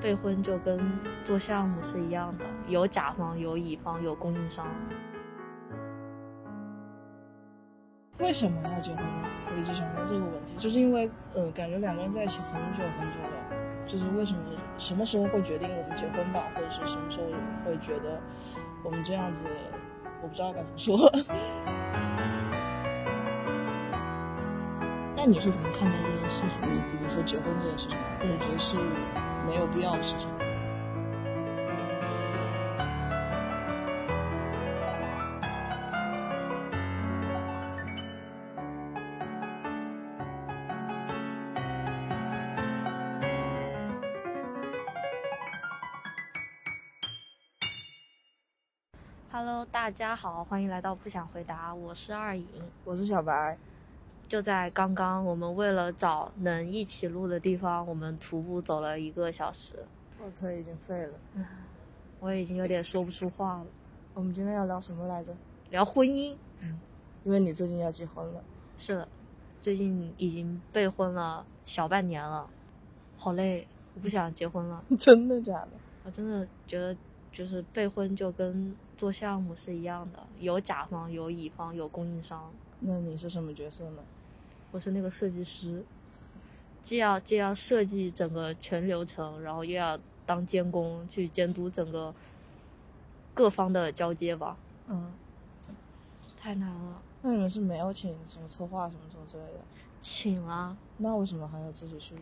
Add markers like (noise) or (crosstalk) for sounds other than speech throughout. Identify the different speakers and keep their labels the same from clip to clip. Speaker 1: 备婚就跟做项目是一样的，有甲方，有乙方，有供应商。
Speaker 2: 为什么要结婚呢？我一直想问这个问题，就是因为，嗯、感觉两个人在一起很久很久了，就是为什么什么时候会决定我们结婚吧，或者是什么时候会觉得我们这样子，我不知道该怎么说。 (laughs) 那你是怎么看待这件事情？比如说结婚这件事情，
Speaker 1: 对
Speaker 2: 我觉得是没有必要的事情。
Speaker 1: Hello，大家好，欢迎来到不想回答，我是二颖。
Speaker 2: 我是小白，
Speaker 1: 就在刚刚，我们为了找能一起录的地方，我们徒步走了一个小时，
Speaker 2: 我腿已经废了。
Speaker 1: 我已经有点说不出话了。
Speaker 2: 我们今天要聊什么来着？
Speaker 1: 聊婚姻，
Speaker 2: 因为你最近要结婚了。
Speaker 1: 是的，最近已经备婚了小半年了，好累，我不想结婚了。
Speaker 2: (laughs) 真的假的？
Speaker 1: 我真的觉得，就是备婚就跟做项目是一样的，有甲方，有乙方，有供应商。
Speaker 2: 那你是什么角色呢？
Speaker 1: 我是那个设计师，既要既要设计整个全流程，然后又要当监工去监督整个各方的交接吧，
Speaker 2: 嗯，
Speaker 1: 太难了。
Speaker 2: 那你们是没有请什么策划什么什么之类的，
Speaker 1: 请了，
Speaker 2: 那为什么还要自己去？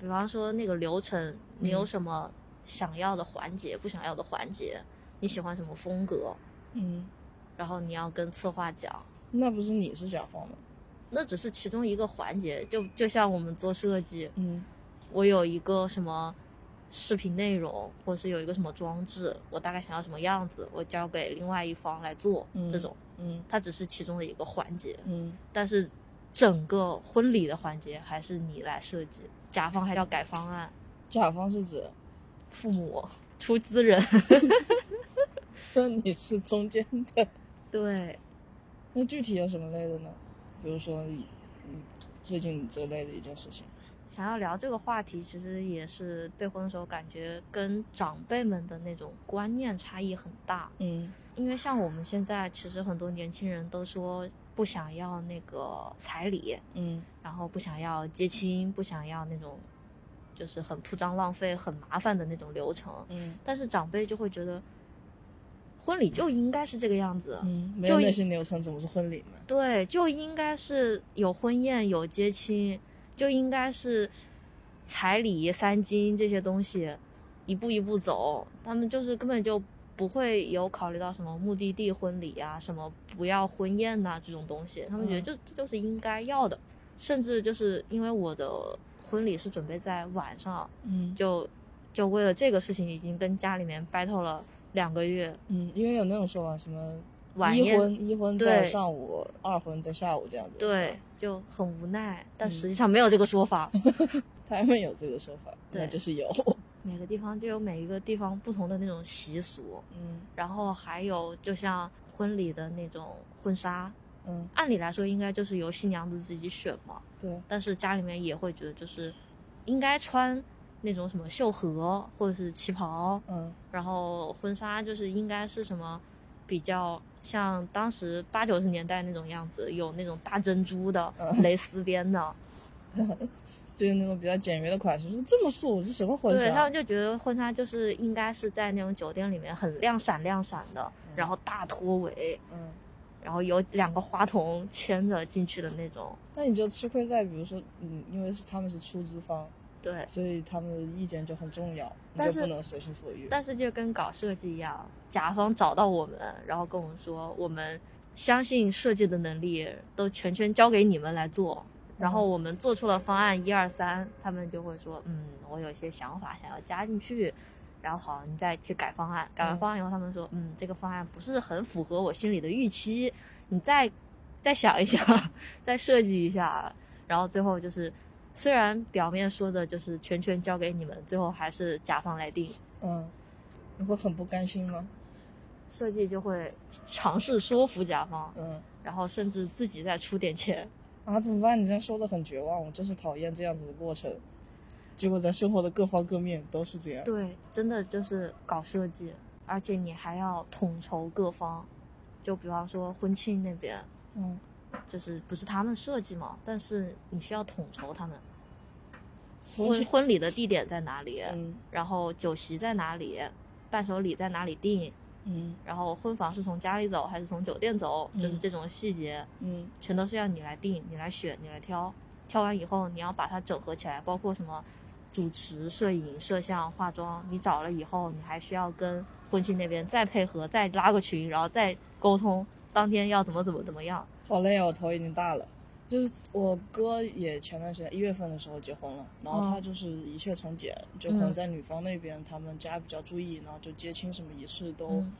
Speaker 1: 比方说那个流程，你有什么想要的环节，不想要的环节，你喜欢什么风格，
Speaker 2: 嗯，
Speaker 1: 然后你要跟策划讲。
Speaker 2: 那不是你是甲方吗？
Speaker 1: 那只是其中一个环节，就就像我们做设计，
Speaker 2: 嗯，
Speaker 1: 我有一个什么视频内容，或者是有一个什么装置，我大概想要什么样子，我交给另外一方来做，
Speaker 2: 嗯
Speaker 1: 这种，
Speaker 2: 嗯
Speaker 1: 它只是其中的一个环节，
Speaker 2: 嗯，
Speaker 1: 但是整个婚礼的环节还是你来设计，甲方还要改方案，
Speaker 2: 甲方是指， (laughs)
Speaker 1: 父母出资人， (laughs)
Speaker 2: 那你是中间的。
Speaker 1: 对，
Speaker 2: 那具体有什么类的呢？比如说你，你最近这类的一件事情。
Speaker 1: 想要聊这个话题，其实也是备婚的时候感觉跟长辈们的那种观念差异很大，
Speaker 2: 嗯
Speaker 1: 因为像我们现在，其实很多年轻人都说不想要那个彩礼，
Speaker 2: 嗯
Speaker 1: 然后不想要接亲，不想要那种就是很铺张浪费、很麻烦的那种流程。
Speaker 2: 嗯
Speaker 1: 但是长辈就会觉得，婚礼就应该是这个样子，
Speaker 2: 嗯，没
Speaker 1: 就
Speaker 2: 有
Speaker 1: 一
Speaker 2: 那些流程怎么是婚礼呢？
Speaker 1: 对，就应该是有婚宴、有接亲，就应该是彩礼、三金这些东西，一步一步走。他们就是根本就不会有考虑到什么目的地婚礼啊、什么不要婚宴呐、这种东西，他们觉得
Speaker 2: 嗯
Speaker 1: 这这就是应该要的。甚至就是因为我的婚礼是准备在晚上，
Speaker 2: 嗯
Speaker 1: 就就为了这个事情已经跟家里面 battle 了两个月。
Speaker 2: 嗯，因为有那种说法，什么
Speaker 1: 晚
Speaker 2: 一
Speaker 1: 宴
Speaker 2: 婚一婚在
Speaker 1: 对
Speaker 2: 上午，二婚在下午这样子。
Speaker 1: 对，，就很无奈，但
Speaker 2: 嗯
Speaker 1: 实际上没有这个说法。
Speaker 2: 他们有这个说法，
Speaker 1: 对
Speaker 2: 那就是有。
Speaker 1: 每个地方就有每一个地方不同的那种习俗，
Speaker 2: 嗯 (laughs)
Speaker 1: 然后还有就像婚礼的那种婚纱，
Speaker 2: 嗯，
Speaker 1: 按理来说应该就是由新娘子自己选嘛，
Speaker 2: 对，
Speaker 1: 但是家里面也会觉得就是应该穿那种什么绣荷或者是旗袍，
Speaker 2: 嗯
Speaker 1: 然后婚纱就是应该是什么比较像当时八九十年代那种样子，有那种大珍珠的、
Speaker 2: 嗯
Speaker 1: 蕾丝边的，
Speaker 2: 就是那种比较简约的款式，说这么素是什么婚
Speaker 1: 对他
Speaker 2: 纱？
Speaker 1: 们就觉得婚纱就是应该是在那种酒店里面很亮闪亮闪的，然后大拖尾，
Speaker 2: 嗯，
Speaker 1: 然后有两个花筒牵着进去的那种。
Speaker 2: 那你就吃亏在，比如说，嗯，因为是他们是出资方，
Speaker 1: 对，
Speaker 2: 所以他们的意见就很重要，你
Speaker 1: 但
Speaker 2: 就是不能随心所欲。
Speaker 1: 但是就跟搞设计一样，甲方找到我们，然后跟我们说，我们相信设计的能力，都全权交给你们来做。然后我们做出了方案一二三，他们就会说，嗯，我有一些想法想要加进去，然后好，你再去改方案。改完
Speaker 2: 嗯
Speaker 1: 方案以后，他们说，嗯，这个方案不是很符合我心里的预期，你再再想一想， (laughs) 再设计一下。然后最后就是，虽然表面说的就是全权交给你们，最后还是甲方来定。
Speaker 2: 嗯，你会很不甘心吗？
Speaker 1: 设计就会尝试说服甲方，
Speaker 2: 嗯，
Speaker 1: 然后甚至自己再出点钱。
Speaker 2: 啊，怎么办？你这样说的很绝望，我真是讨厌这样子的过程。结果在生活的各方各面都是这样。
Speaker 1: 对，真的就是搞设计，而且你还要统筹各方，就比方说婚庆那边，
Speaker 2: 嗯，
Speaker 1: 就是不是他们设计嘛，但是你需要统筹他们
Speaker 2: 婚
Speaker 1: 婚
Speaker 2: 庆
Speaker 1: 婚礼的地点在哪里，
Speaker 2: 嗯
Speaker 1: 然后酒席在哪里，伴手礼在哪里定，
Speaker 2: 嗯
Speaker 1: 然后婚房是从家里走还是从酒店走，就是
Speaker 2: 嗯
Speaker 1: 这种细节
Speaker 2: 嗯
Speaker 1: 全都是要你来定、你来选、你来挑。挑完以后，你要把它整合起来，包括什么主持、摄影、摄像、化妆，你找了以后，你还需要跟婚庆那边再配合，再拉个群，然后再沟通当天要怎么怎么怎么样。
Speaker 2: 好累哦，我头已经大了。就是我哥也前段时间一月份的时候结婚了，然后
Speaker 1: 哦
Speaker 2: 他就是一切从简，就可能
Speaker 1: 嗯
Speaker 2: 在女方那边他们家比较注意，然后就接亲什么仪式都
Speaker 1: 嗯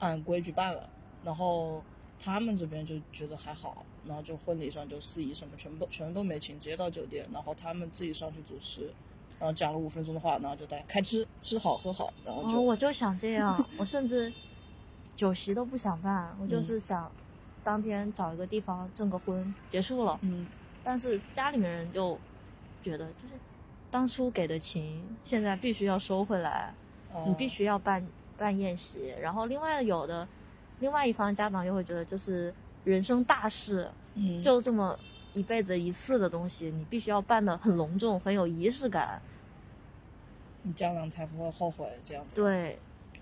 Speaker 2: 按规矩办了，然后他们这边就觉得还好，然后就婚礼上就司仪什么全部都全部都没请，直接到酒店，然后他们自己上去主持，然后讲了五分钟的话，然后就大家开吃，吃好喝好，然后
Speaker 1: 哦，
Speaker 2: 就、
Speaker 1: 我就想这 (laughs) 样，我甚至酒席都不想办，我就是想当天找一个地方证个婚，结束了。
Speaker 2: 嗯
Speaker 1: 但是家里面人就觉得，就是当初给的情，现在必须要收回来，
Speaker 2: 哦
Speaker 1: 嗯你必须要办办宴席。然后另外有的，另外一方家长又会觉得，就是人生大事，
Speaker 2: 嗯
Speaker 1: 就这么一辈子一次的东西，你必须要办得很隆重，很有仪式感。
Speaker 2: 你家长才不会后悔这样子。
Speaker 1: 对，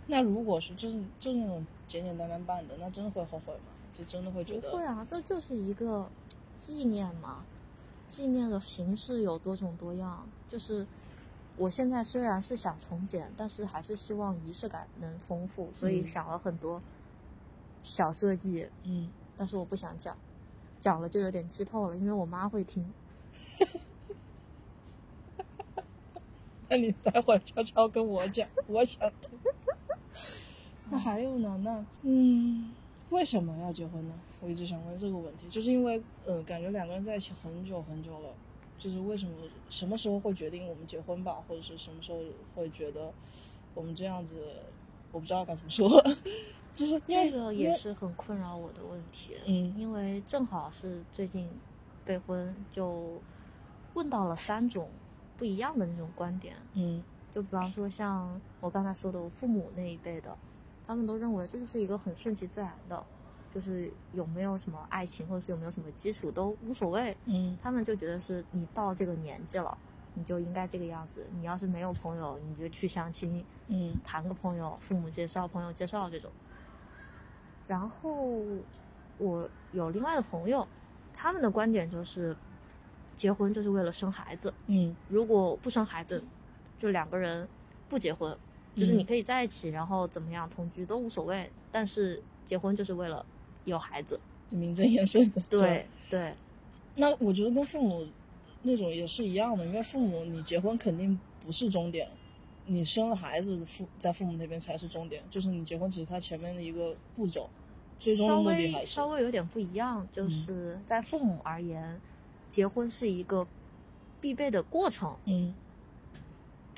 Speaker 2: 那如果是就是就是那种简简单单办的，那真的会后悔吗？就真的会觉
Speaker 1: 不
Speaker 2: 得
Speaker 1: 会啊，这就是一个纪念嘛。纪念的形式有多种多样，就是我现在虽然是想从简，但是还是希望仪式感能丰富，所以
Speaker 2: 嗯
Speaker 1: 想了很多小设计，
Speaker 2: 嗯，
Speaker 1: 但是我不想讲，讲了就有点剧透了，因为我妈会听。
Speaker 2: 那你待会儿悄悄跟我讲，我想听。 (laughs) 那还有呢？那嗯，为什么要结婚呢？我一直想问这个问题，就是因为呃，感觉两个人在一起很久很久了，就是为什么什么时候会决定我们结婚吧，或者是什么时候会觉得我们这样子，我不知道该怎么说， (laughs) 就是因为
Speaker 1: 这个
Speaker 2: 因
Speaker 1: 也
Speaker 2: 为
Speaker 1: 是很困扰我的问题，
Speaker 2: 嗯
Speaker 1: 因为正好是最近备婚，就问到了三种不一样的那种观点。
Speaker 2: 嗯
Speaker 1: 就比方说像我刚才说的，我父母那一辈的，他们都认为这就是一个很顺其自然的，就是有没有什么爱情或者是有没有什么基础都无所谓，
Speaker 2: 嗯
Speaker 1: 他们就觉得是你到这个年纪了，你就应该这个样子。你要是没有朋友，你就去相亲，
Speaker 2: 嗯
Speaker 1: 谈个朋友，父母介绍、朋友介绍这种。然后我有另外的朋友，他们的观点就是，结婚就是为了生孩子。
Speaker 2: 嗯
Speaker 1: 如果不生孩子，就两个人不结婚，就是
Speaker 2: 嗯
Speaker 1: 你可以在一起，然后怎么样同居都无所谓，但是结婚就是为了有孩子。
Speaker 2: 嗯，名正言顺的，是吧
Speaker 1: 对对，
Speaker 2: 那我觉得跟父母那种也是一样的，因为父母你结婚肯定不是终点，你生了孩子父在父母那边才是终点，就是你结婚只是他前面的一个步骤，最终的
Speaker 1: 稍
Speaker 2: 目的
Speaker 1: 微
Speaker 2: 还是嗯
Speaker 1: 稍微有点不一样，就是在父母而言，结婚是一个必备的过程，
Speaker 2: 嗯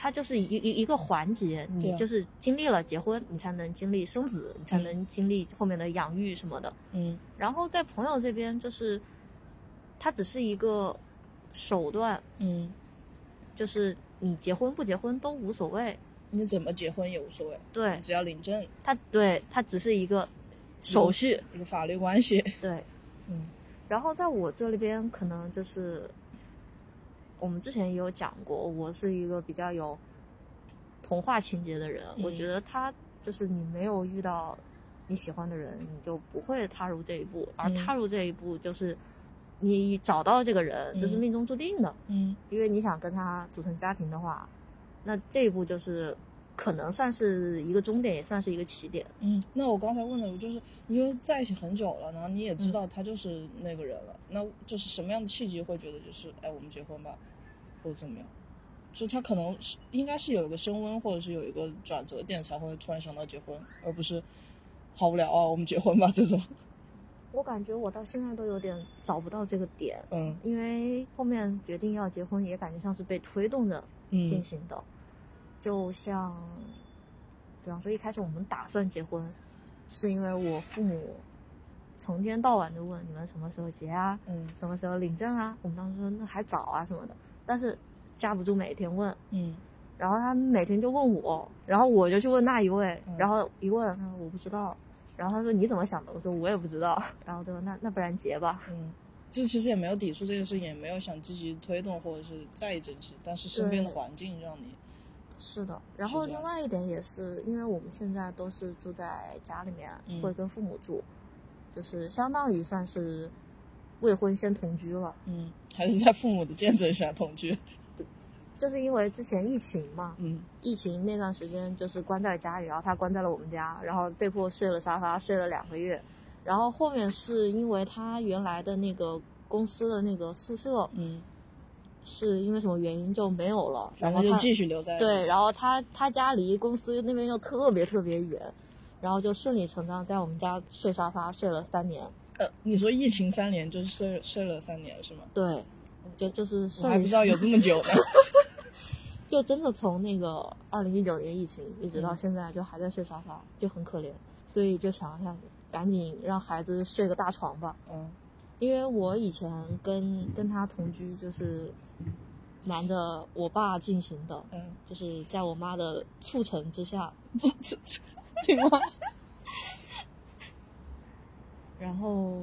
Speaker 1: 它就是一一一个环节，
Speaker 2: 对
Speaker 1: 你
Speaker 2: 啊
Speaker 1: 就是经历了结婚，你才能经历生子，你才
Speaker 2: 嗯
Speaker 1: 能经历后面的养育什么的。
Speaker 2: 嗯
Speaker 1: 然后在朋友这边，就是它只是一个手段，
Speaker 2: 嗯，
Speaker 1: 就是你结婚不结婚都无所谓，
Speaker 2: 你怎么结婚也无所谓，
Speaker 1: 对
Speaker 2: 只要领证
Speaker 1: 它对它只是一个手续，
Speaker 2: 一个法律关系， (laughs)
Speaker 1: 对。
Speaker 2: 嗯
Speaker 1: 然后在我这里边，可能就是我们之前也有讲过，我是一个比较有童话情节的人，
Speaker 2: 嗯
Speaker 1: 我觉得他就是你没有遇到你喜欢的人，你就不会踏入这一步，而
Speaker 2: 嗯
Speaker 1: 踏入这一步就是你找到这个人，这是
Speaker 2: 嗯
Speaker 1: 命中注定的。
Speaker 2: 嗯
Speaker 1: 因为你想跟他组成家庭的话，那这一步就是可能算是一个终点，也算是一个起点。
Speaker 2: 嗯。那我刚才问了，就是因为在一起很久了，然后你也知道他就是那个人了，那就是什么样的契机会觉得就是哎我们结婚吧，或者怎么样？就他可能是应该是有一个升温，或者是有一个转折点，才会突然想到结婚，而不是好无聊啊，我们结婚吧这种。
Speaker 1: 我感觉我到现在都有点找不到这个点，
Speaker 2: 嗯
Speaker 1: 因为后面决定要结婚，也感觉像是被推动着进
Speaker 2: 嗯
Speaker 1: 行的。就像，比方说一开始我们打算结婚，是因为我父母成天到晚的问你们什么时候结啊，
Speaker 2: 嗯
Speaker 1: 什么时候领证啊？我们当时说那还早啊什么的，但是架不住每天问，
Speaker 2: 嗯，
Speaker 1: 然后他每天就问我，然后我就去问那一位
Speaker 2: 嗯，
Speaker 1: 然后一问他说我不知道，然后他说你怎么想的？我说我也不知道，然后他说那那不然结吧，
Speaker 2: 嗯，这其实也没有抵触这件事，也没有想积极推动或者是在意这件事，但是身边的
Speaker 1: 对
Speaker 2: 环境让你，
Speaker 1: 是的，然后
Speaker 2: 是的
Speaker 1: 另外一点也是，因为我们现在都是住在家里面，
Speaker 2: 嗯
Speaker 1: 会跟父母住，就是相当于算是未婚先同居了，
Speaker 2: 嗯，还是在父母的见证下同居，
Speaker 1: 就是因为之前疫情嘛，
Speaker 2: 嗯
Speaker 1: 疫情那段时间就是关在家里，然后他关在了我们家，然后被迫睡了沙发，睡了两个月，然后后面是因为他原来的那个公司的那个宿舍
Speaker 2: 嗯，
Speaker 1: 是因为什么原因就没有了，然
Speaker 2: 反
Speaker 1: 后
Speaker 2: 正
Speaker 1: 他
Speaker 2: 就继续留在
Speaker 1: 对，，然后他他家离公司那边又特别特别远，然后就顺理成章在我们家睡沙发睡了三年。
Speaker 2: 呃，你说疫情三年就是睡睡了三年是吗？
Speaker 1: 对，就就是
Speaker 2: 我
Speaker 1: 顺
Speaker 2: 还
Speaker 1: 理
Speaker 2: 不知道有这么
Speaker 1: (laughs)
Speaker 2: 久呢，
Speaker 1: 就真的从那个二零一九年疫情一直到
Speaker 2: 嗯
Speaker 1: 现在，就还在睡沙发，就很可怜。所以就想一下，赶紧让孩子睡个大床吧。
Speaker 2: 嗯
Speaker 1: 因为我以前跟跟他同居，就是瞒着我爸进行的， (laughs)
Speaker 2: 嗯，
Speaker 1: 就是在我妈的促成之下，
Speaker 2: 这这这，挺吗？
Speaker 1: 然后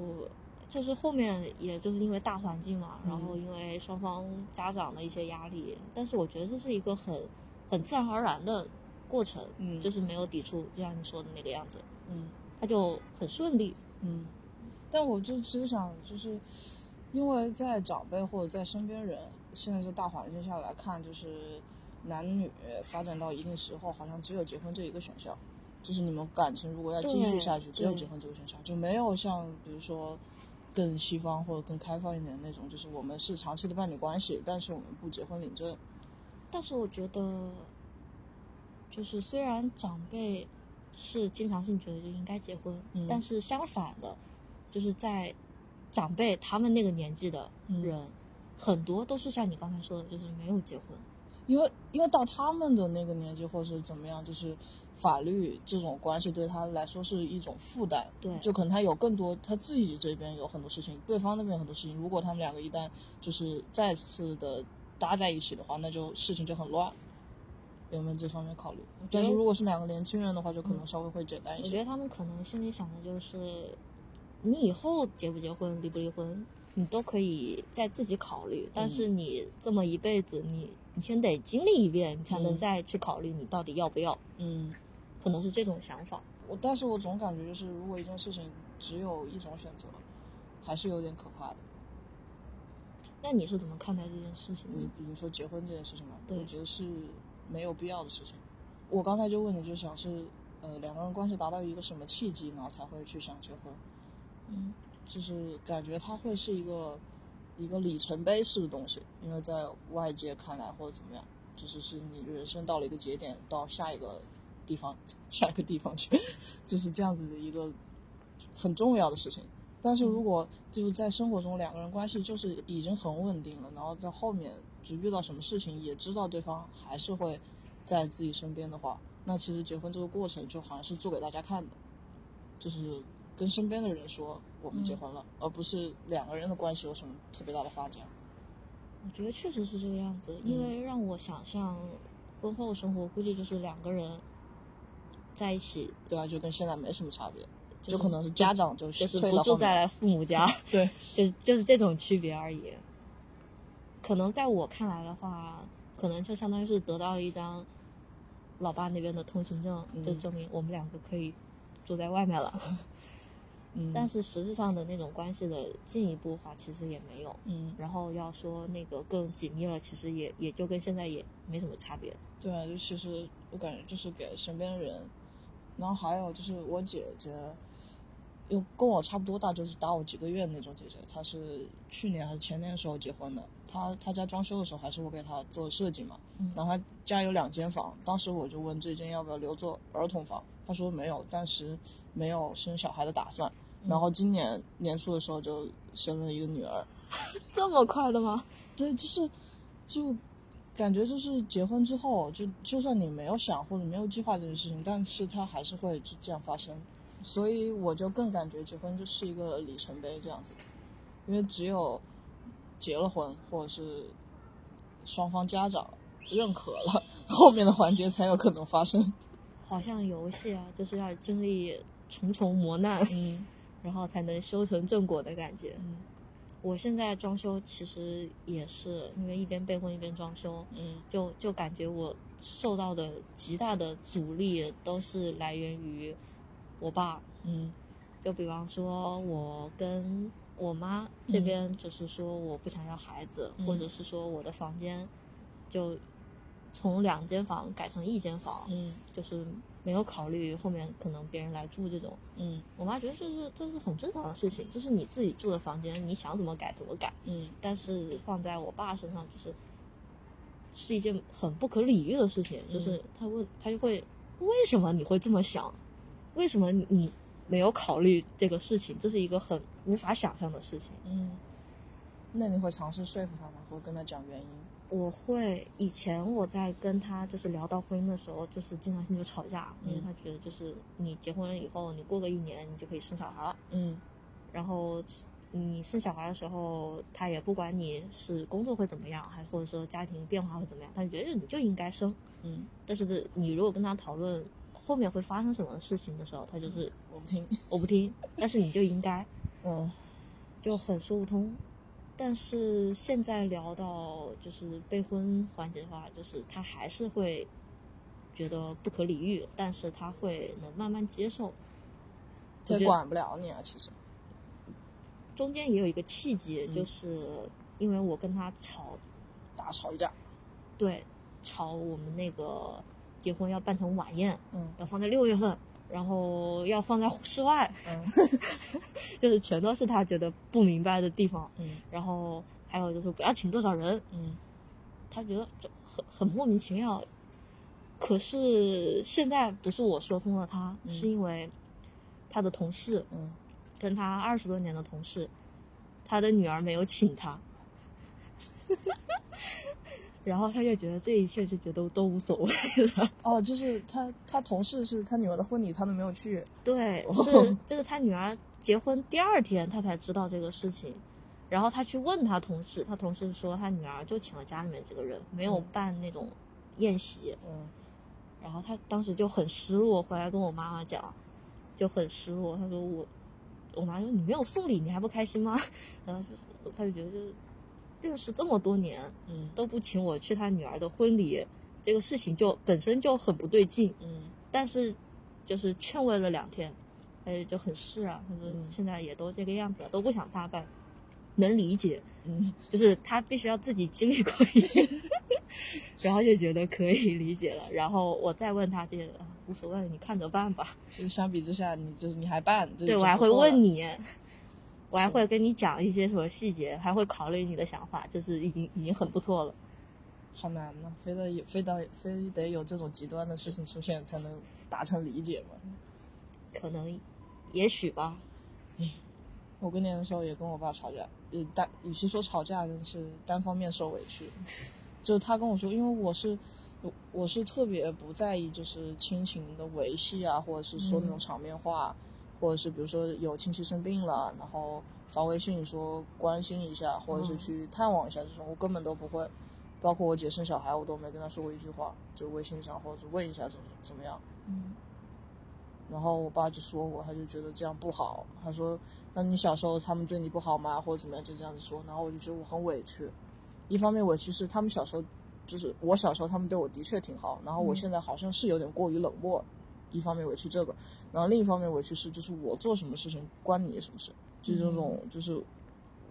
Speaker 1: 就是后面也就是因为大环境嘛，
Speaker 2: 嗯
Speaker 1: 然后因为双方家长的一些压力，但是我觉得这是一个很很自然而然的过程，
Speaker 2: 嗯
Speaker 1: 就是没有抵触，就像你说的那个样子，
Speaker 2: 嗯。
Speaker 1: 他就很顺利。
Speaker 2: 嗯，但我就其实想，就是因为在长辈或者在身边人，现在这大环境下来看，就是男女发展到一定时候，好像只有结婚这一个选项，就是你们感情如果要继续
Speaker 1: 对
Speaker 2: 下去，只有结
Speaker 1: 对
Speaker 2: 婚这个选项，就没有像比如说。更西方或者更开放一点的那种，就是我们是长期的伴侣关系，但是我们不结婚领证。
Speaker 1: 但是我觉得，就是虽然长辈是经常性觉得就应该结婚，
Speaker 2: 嗯
Speaker 1: 但是相反的，就是在长辈他们那个年纪的
Speaker 2: 嗯
Speaker 1: 人，很多都是像你刚才说的，就是没有结婚。
Speaker 2: 因为因为到他们的那个年纪或是怎么样，就是法律这种关系对他来说是一种负担。
Speaker 1: 对
Speaker 2: 就可能他有更多他自己这边有很多事情，对方那边有很多事情。如果他们两个一旦就是再次的搭在一起的话，那就事情就很乱。有没有这方面考虑？但是如果是两个年轻人的话，就可能稍微会简单
Speaker 1: 嗯
Speaker 2: 一
Speaker 1: 我觉
Speaker 2: 些。
Speaker 1: 得他们可能心里想的就是，你以后结不结婚、离不离婚，你都可以再自己考虑。但是你这么一辈子，你你先得经历一遍，你才能
Speaker 2: 嗯
Speaker 1: 再去考虑你到底要不要。
Speaker 2: 嗯，
Speaker 1: 可能是这种想法。
Speaker 2: 我但是我总感觉就是，如果一件事情只有一种选择，还是有点可怕的。
Speaker 1: 那你是怎么看待这件事情
Speaker 2: 你
Speaker 1: 的？
Speaker 2: 比如说结婚这件事情嘛，
Speaker 1: 对
Speaker 2: 我觉得是没有必要的事情。我刚才就问你，就想是呃两个人关系达到一个什么契机，然后才会去想结婚，
Speaker 1: 嗯，
Speaker 2: 就是感觉它会是一个一个里程碑式的东西，因为在外界看来或者怎么样，就是是你人生到了一个节点，到下一个地方 (laughs) 下一个地方去，就是这样子的一个很重要的事情。但
Speaker 1: 嗯
Speaker 2: 是如果就是在生活中两个人关系就是已经很稳定了，然后在后面就遇到什么事情也知道对方还是会在自己身边的话，那其实结婚这个过程就好像是做给大家看的，就是跟身边的人说我
Speaker 1: 嗯
Speaker 2: 们结婚了，而不是两个人的关系有什么特别大的发展。
Speaker 1: 我觉得确实是这个样子，因为让我想象婚后生活，估计就是两个人在一起，
Speaker 2: 对啊，就跟现在没什么差别，
Speaker 1: 就是
Speaker 2: 就可能是家长就
Speaker 1: 就是
Speaker 2: 推
Speaker 1: 不
Speaker 2: 到
Speaker 1: 住
Speaker 2: 后
Speaker 1: 在
Speaker 2: 面，
Speaker 1: 来父母家。
Speaker 2: (laughs) 对，
Speaker 1: 就就是这种区别而已。可能在我看来的话，可能就相当于是得到了一张老爸那边的通行证，
Speaker 2: 嗯
Speaker 1: 就证明我们两个可以住在外
Speaker 2: (laughs)
Speaker 1: 面了。
Speaker 2: 嗯，
Speaker 1: 但
Speaker 2: 是
Speaker 1: 是实质上的那种关系的进一步的话，其实也没有。
Speaker 2: 嗯，
Speaker 1: 然后要说那个更紧密了，其实也也就跟现在也没什么差别。
Speaker 2: 对啊，就其实我感觉就是给身边的人，然后还有就是我姐姐，又跟我差不多大，就是大我几个月那种姐姐，她是去年还是前年的时候结婚的。她她家装修的时候还是我给她做设计嘛，
Speaker 1: 嗯
Speaker 2: 然后她家有两间房，当时我就问这间要不要留作儿童房，她说没有，暂时没有生小孩的打算。然后今年年初的时候就生了一个女儿，
Speaker 1: 这么快的吗？
Speaker 2: 对，就是就感觉就是结婚之后，就就算你没有想或者没有计划这件事情，但是它还是会就这样发生。所以我就更感觉结婚就是一个里程碑这样子，因为只有结了婚，或者是双方家长认可了，后面的环节才有可能发生。
Speaker 1: 好像游戏啊，就是要经历重重磨难，
Speaker 2: 嗯
Speaker 1: 然后才能修成正果的感觉。
Speaker 2: 嗯
Speaker 1: 我现在装修其实也是因为一边备婚一边装修，
Speaker 2: 嗯
Speaker 1: 就就感觉我受到的极大的阻力都是来源于我爸。
Speaker 2: 嗯
Speaker 1: 就比方说，我跟我妈这边就是说我不想要孩子，
Speaker 2: 嗯
Speaker 1: 或者是说我的房间就从两间房改成一间房，
Speaker 2: 嗯
Speaker 1: 就是没有考虑后面可能别人来住这种。
Speaker 2: 嗯
Speaker 1: 我妈觉得这是这是很正常的事情，这是你自己住的房间，你想怎么改怎么改。
Speaker 2: 嗯
Speaker 1: 但是放在我爸身上，就是是一件很不可理喻的事情。就是他问他就会，为什么你会这么想？为什么你没有考虑这个事情？这是一个很无法想象的事情。
Speaker 2: 嗯。那你会尝试说服他吗？或跟他讲原因？
Speaker 1: 我会以前我在跟他就是聊到婚姻的时候，就是经常性就吵架，因为
Speaker 2: 嗯
Speaker 1: 他觉得就是你结婚了以后，你过个一年你就可以生小孩了。
Speaker 2: 嗯
Speaker 1: 然后你生小孩的时候，他也不管你是工作会怎么样，还或者说家庭变化会怎么样，他觉得你就应该生。
Speaker 2: 嗯，
Speaker 1: 但是你如果跟他讨论后面会发生什么事情的时候，他就是
Speaker 2: 我不听。
Speaker 1: 我不听，但是你就应该，
Speaker 2: 嗯
Speaker 1: 就很说不通。但是现在聊到就是备婚环节的话，就是他还是会觉得不可理喻，但是他会能慢慢接受。我
Speaker 2: 他
Speaker 1: 觉
Speaker 2: 也
Speaker 1: 得
Speaker 2: 管不了你啊，其实。
Speaker 1: 中间也有一个契机，
Speaker 2: 嗯
Speaker 1: 就是因为我跟他吵
Speaker 2: 大吵一架。
Speaker 1: 对，朝我们那个结婚要办成晚宴，
Speaker 2: 嗯
Speaker 1: 要放在六月份，然后要放在室外，
Speaker 2: 嗯
Speaker 1: (laughs) 就是全都是他觉得不明白的地方。
Speaker 2: 嗯
Speaker 1: 然后还有就是不要请多少人，
Speaker 2: 嗯
Speaker 1: 他觉得这很很莫名其妙。可是现在不是我说通了他，
Speaker 2: 嗯
Speaker 1: 是因为他的同事
Speaker 2: 嗯，
Speaker 1: 跟他二十多年的同事，他的女儿没有请他， (laughs) 然后他就觉得这一切就觉得都无所谓了。
Speaker 2: 哦，就是他，他同事是他女儿的婚礼，他都没有去。
Speaker 1: 对，
Speaker 2: 哦
Speaker 1: 是这个他女儿结婚第二天他才知道这个事情，然后他去问他同事，他同事说他女儿就请了家里面几个人，没有
Speaker 2: 嗯
Speaker 1: 办那种宴席，
Speaker 2: 嗯
Speaker 1: 然后他当时就很失落，回来跟我妈妈讲，就很失落。他说我，我妈说你没有送礼，你还不开心吗？ (laughs) 然后就他就觉得就是认识这么多年
Speaker 2: 嗯
Speaker 1: 都不请我去他女儿的婚礼，这个事情就本身就很不对劲。
Speaker 2: 嗯
Speaker 1: 但是就是劝慰了两天，他就很释然、他说
Speaker 2: 嗯
Speaker 1: 现在也都这个样子了，都不想大办，能理解。
Speaker 2: 嗯
Speaker 1: 就是他必须要自己经历过一遍，然后就觉得可以理解了。然后我再问他这个，啊无所谓，你看着办吧。
Speaker 2: 就是相比之下，你就是你还办，
Speaker 1: 对我还会问
Speaker 2: 你，
Speaker 1: 你，我还会跟你讲一些什么细节，还会考虑你的想法，就是已经已经很不错了。
Speaker 2: 好难呐、非得有非得非得有这种极端的事情出现才能达成理解嘛。
Speaker 1: 可能，也许吧，
Speaker 2: 我过年的时候也跟我爸吵架，呃，单与其说吵架，真是单方面受委屈。就他跟我说，因为我是我我是特别不在意就是亲情的维系啊，或者是说那种
Speaker 1: 嗯
Speaker 2: 场面话，或者是比如说有亲戚生病了，然后发微信说关心一下，或者是
Speaker 1: 嗯
Speaker 2: 去探望一下这种，我根本都不会。包括我姐生小孩，我都没跟她说过一句话，就微信上或者是问一下怎么怎么样。
Speaker 1: 嗯，
Speaker 2: 然后我爸就说我，他就觉得这样不好。他说，那你小时候他们对你不好吗？或者怎么样，就这样子说。然后我就觉得我很委屈，一方面委屈是他们小时候，就是我小时候他们对我的确挺好，然后我
Speaker 1: 嗯
Speaker 2: 现在好像是有点过于冷漠，一方面委屈这个，然后另一方面委屈是就是我做什么事情关你什么事，就是
Speaker 1: 嗯
Speaker 2: 这种就是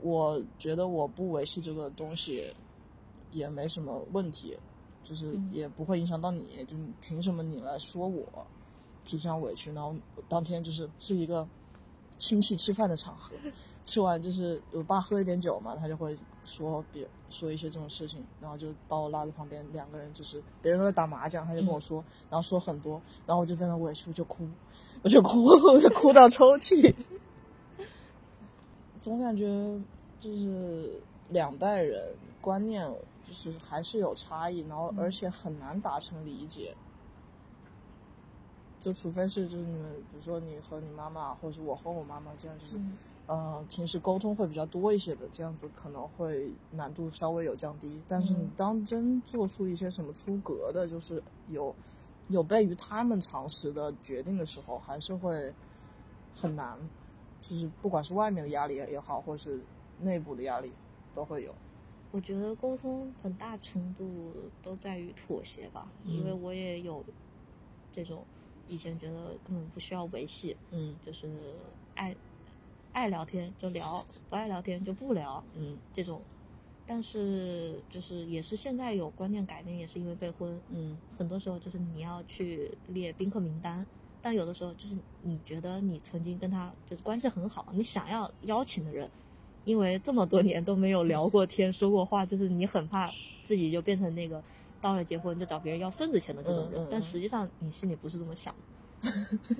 Speaker 2: 我觉得我不维系这个东西也没什么问题，就是
Speaker 1: 嗯
Speaker 2: 也不会影响到你，就凭什么你来说我？就这样委屈，然后当天就是是一个亲戚吃饭的场合，吃完就是我爸喝一点酒嘛，他就会说别说一些这种事情，然后就把我拉到旁边，两个人就是别人都在打麻将，他就跟我说，然后说很多，然后我就在那委屈，我就哭，我就哭，我就哭到抽泣， (laughs) 总感觉就是两代人观念就是还是有差异，然后而且很难达成理解。就除非是就是你们，比如说你和你妈妈，或者是我和我妈妈这样，就是、
Speaker 1: 嗯
Speaker 2: 呃平时沟通会比较多一些的，这样子可能会难度稍微有降低。但是你
Speaker 1: 嗯
Speaker 2: 当真做出一些什么出格的，就是有有悖于他们常识的决定的时候，还是会很难，就是不管是外面的压力也好，或是内部的压力都会有。
Speaker 1: 我觉得沟通很大程度都在于妥协吧，
Speaker 2: 嗯
Speaker 1: 因为我也有这种以前觉得根本不需要维系，
Speaker 2: 嗯
Speaker 1: 就是爱爱聊天就聊，不爱聊天就不聊
Speaker 2: 嗯
Speaker 1: 这种。但是就是也是现在有观念改变，也是因为备婚，
Speaker 2: 嗯
Speaker 1: 很多时候就是你要去列宾客名单，但有的时候就是你觉得你曾经跟他就是关系很好，你想要邀请的人，因为这么多年都没有聊过天、说过话，就是你很怕自己就变成那个到了结婚就找别人要份子钱的这种人，
Speaker 2: 嗯嗯嗯
Speaker 1: 但实际上你心里不是这么想的，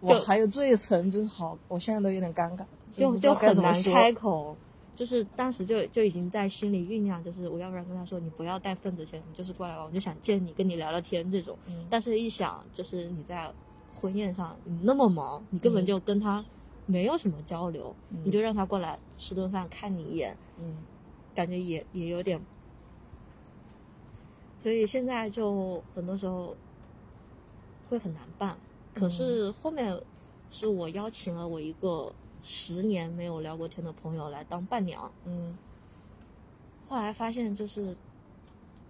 Speaker 2: 我还有这一层，就是好，我现在都有点尴尬，
Speaker 1: 就
Speaker 2: 不知道
Speaker 1: 就
Speaker 2: 该
Speaker 1: 很
Speaker 2: 怎么
Speaker 1: 难
Speaker 2: 说
Speaker 1: 开口。就是当时就就已经在心里酝酿，就是我要不然跟他说你不要带份子钱，你就是过来玩，我就想见你，跟你聊聊天这种。
Speaker 2: 嗯
Speaker 1: 但是一想，就是你在婚宴上你那么忙，你根本就跟他没有什么交流，
Speaker 2: 嗯
Speaker 1: 你就让他过来吃顿饭看你一眼，
Speaker 2: 嗯
Speaker 1: 感觉也也有点。所以现在就很多时候会很难办。可是后面是我邀请了我一个十年没有聊过天的朋友来当伴娘，
Speaker 2: 嗯
Speaker 1: 后来发现就是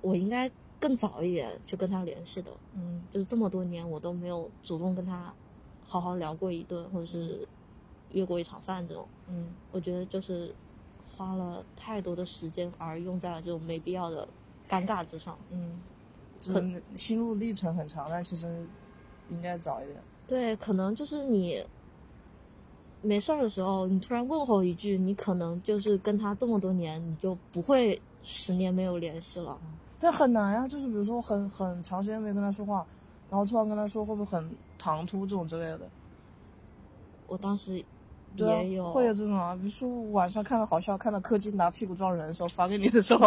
Speaker 1: 我应该更早一点去跟他联系的，
Speaker 2: 嗯
Speaker 1: 就是这么多年我都没有主动跟他好好聊过一顿，或者是约过一场饭这种，
Speaker 2: 嗯
Speaker 1: 我觉得就是花了太多的时间而用在了这种没必要的尴尬之上。
Speaker 2: 嗯，就是心路历程很长，但其实应该早一点。
Speaker 1: 对，可能就是你没事儿的时候，你突然问候一句，你可能就是跟他这么多年，你就不会十年没有联系了。
Speaker 2: 但很难呀、就是比如说很很长时间没跟他说话，然后突然跟他说，会不会很唐突这种之类的？
Speaker 1: 我当时
Speaker 2: 对啊
Speaker 1: 也有，
Speaker 2: 会有这种啊，比如说晚上看到好笑，看到柯基拿屁股撞人的时候发给你的时候，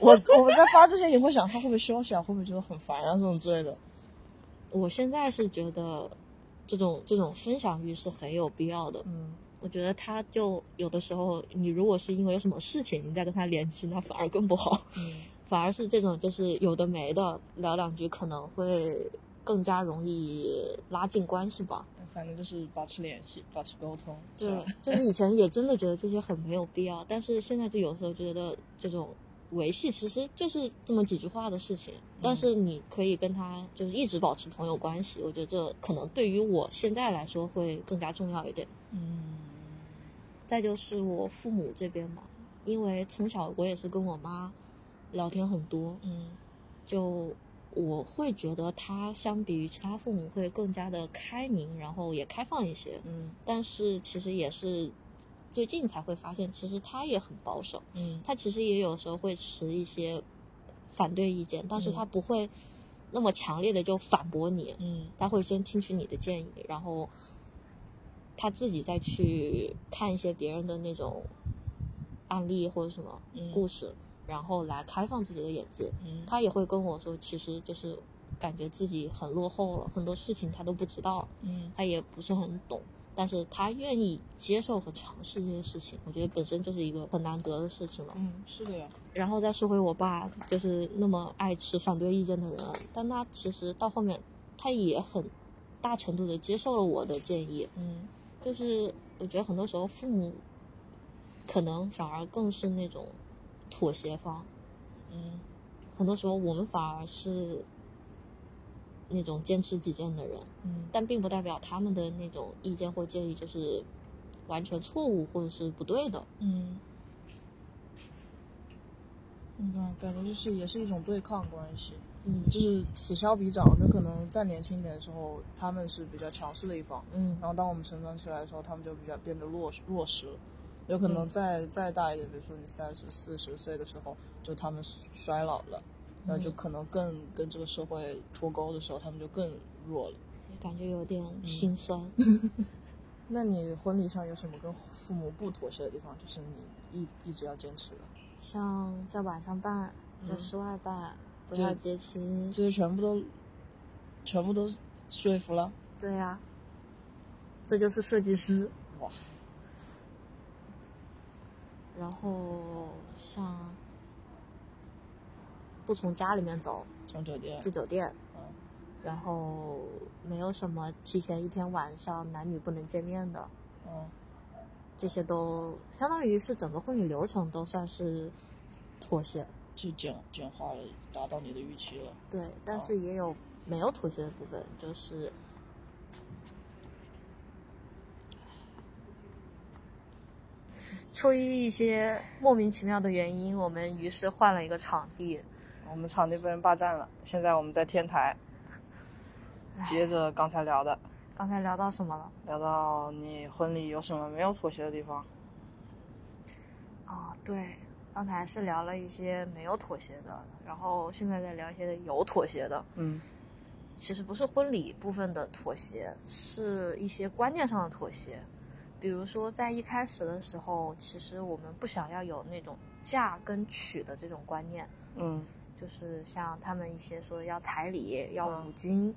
Speaker 2: 我 (laughs) 我们在发之前也会想他会不会休息啊，会不会觉得很烦啊这种之类的。
Speaker 1: 我现在是觉得这种这种分享欲是很有必要的。
Speaker 2: 嗯
Speaker 1: 我觉得他就有的时候，你如果是因为有什么事情你再跟他联系，那反而更不好，
Speaker 2: 嗯
Speaker 1: 反而是这种就是有的没的聊两句，可能会更加容易拉近关系吧。
Speaker 2: 嗯反正就是保持联系，保持沟通。是吧
Speaker 1: 对，就是以前也真的觉得这些很没有必要， (laughs) 但是现在就有时候觉得这种维系其实就是这么几句话的事情，但是你可以跟他就是一直保持朋友关系，我觉得这可能对于我现在来说会更加重要一点。
Speaker 2: 嗯
Speaker 1: 再就是我父母这边嘛，因为从小我也是跟我妈聊天很多，
Speaker 2: 嗯
Speaker 1: 就我会觉得她相比于其他父母会更加的开明，然后也开放一些。
Speaker 2: 嗯
Speaker 1: 但是其实也是最近才会发现，其实她也很保守，
Speaker 2: 嗯
Speaker 1: 她其实也有时候会持一些反对意见，但是她不会那么强烈的就反驳你，
Speaker 2: 嗯
Speaker 1: 他会先听取你的建议，然后他自己再去看一些别人的那种案例或者什么
Speaker 2: 嗯
Speaker 1: 故事，然后来开放自己的眼界。
Speaker 2: 嗯
Speaker 1: 他也会跟我说，其实就是感觉自己很落后了，很多事情他都不知道，
Speaker 2: 嗯
Speaker 1: 他也不是很懂。但是他愿意接受和尝试这些事情，我觉得本身就是一个很难得的事情了。
Speaker 2: 嗯，是的呀。
Speaker 1: 然后再说回我爸，就是那么爱持反对意见的人，但他其实到后面，他也很大程度的接受了我的建议。
Speaker 2: 嗯
Speaker 1: 就是我觉得很多时候父母可能反而更是那种妥协方，
Speaker 2: 嗯
Speaker 1: 很多时候我们反而是那种坚持己见的人，
Speaker 2: 嗯
Speaker 1: 但并不代表他们的那种意见或建议就是完全错误或者是不对的。
Speaker 2: 嗯。嗯，感觉就是也是一种对抗关系，
Speaker 1: 嗯
Speaker 2: 就是此消彼长。就可能在年轻一点的时候，他们是比较强势的一方，
Speaker 1: 嗯
Speaker 2: 然后当我们成长起来的时候，他们就比较变得弱势弱势了。有可能再再大一点，比如说你三十四十岁的时候，就他们衰老了，那就可能更跟这个社会脱钩的时候，他们就更弱了。
Speaker 1: 感觉有点心酸。
Speaker 2: 那你婚礼上有什么跟父母不妥协的地方？就是你一一直要坚持的，
Speaker 1: (laughs) 像在晚上办，在室外办，不
Speaker 2: 这
Speaker 1: 要结亲，
Speaker 2: 这些全部都，全部都说服了。
Speaker 1: 对呀、这就是设计师。
Speaker 2: 哇！
Speaker 1: 然后像不从家里面走，
Speaker 2: 从酒店，
Speaker 1: 住酒店，
Speaker 2: 嗯，
Speaker 1: 然后没有什么提前一天晚上男女不能见面的，
Speaker 2: 嗯，
Speaker 1: 这些都相当于是整个婚礼流程都算是妥协。
Speaker 2: 就简简化了，达到你的预期了。
Speaker 1: 对，但是也有没有妥协的部分，就是出于一些莫名其妙的原因，我们于是换了一个场地。
Speaker 2: 我们场地被人霸占了，现在我们在天台。接着刚才聊的，
Speaker 1: 刚才聊到什么了？
Speaker 2: 聊到你婚礼有什么没有妥协的地方？
Speaker 1: 哦，对，刚才是聊了一些没有妥协的，然后现在在聊一些有妥协的。
Speaker 2: 嗯
Speaker 1: 其实不是婚礼部分的妥协，是一些观念上的妥协。比如说，在一开始的时候，其实我们不想要有那种嫁跟娶的这种观念，
Speaker 2: 嗯
Speaker 1: 就是像他们一些说要彩礼、要
Speaker 2: 嗯
Speaker 1: 五金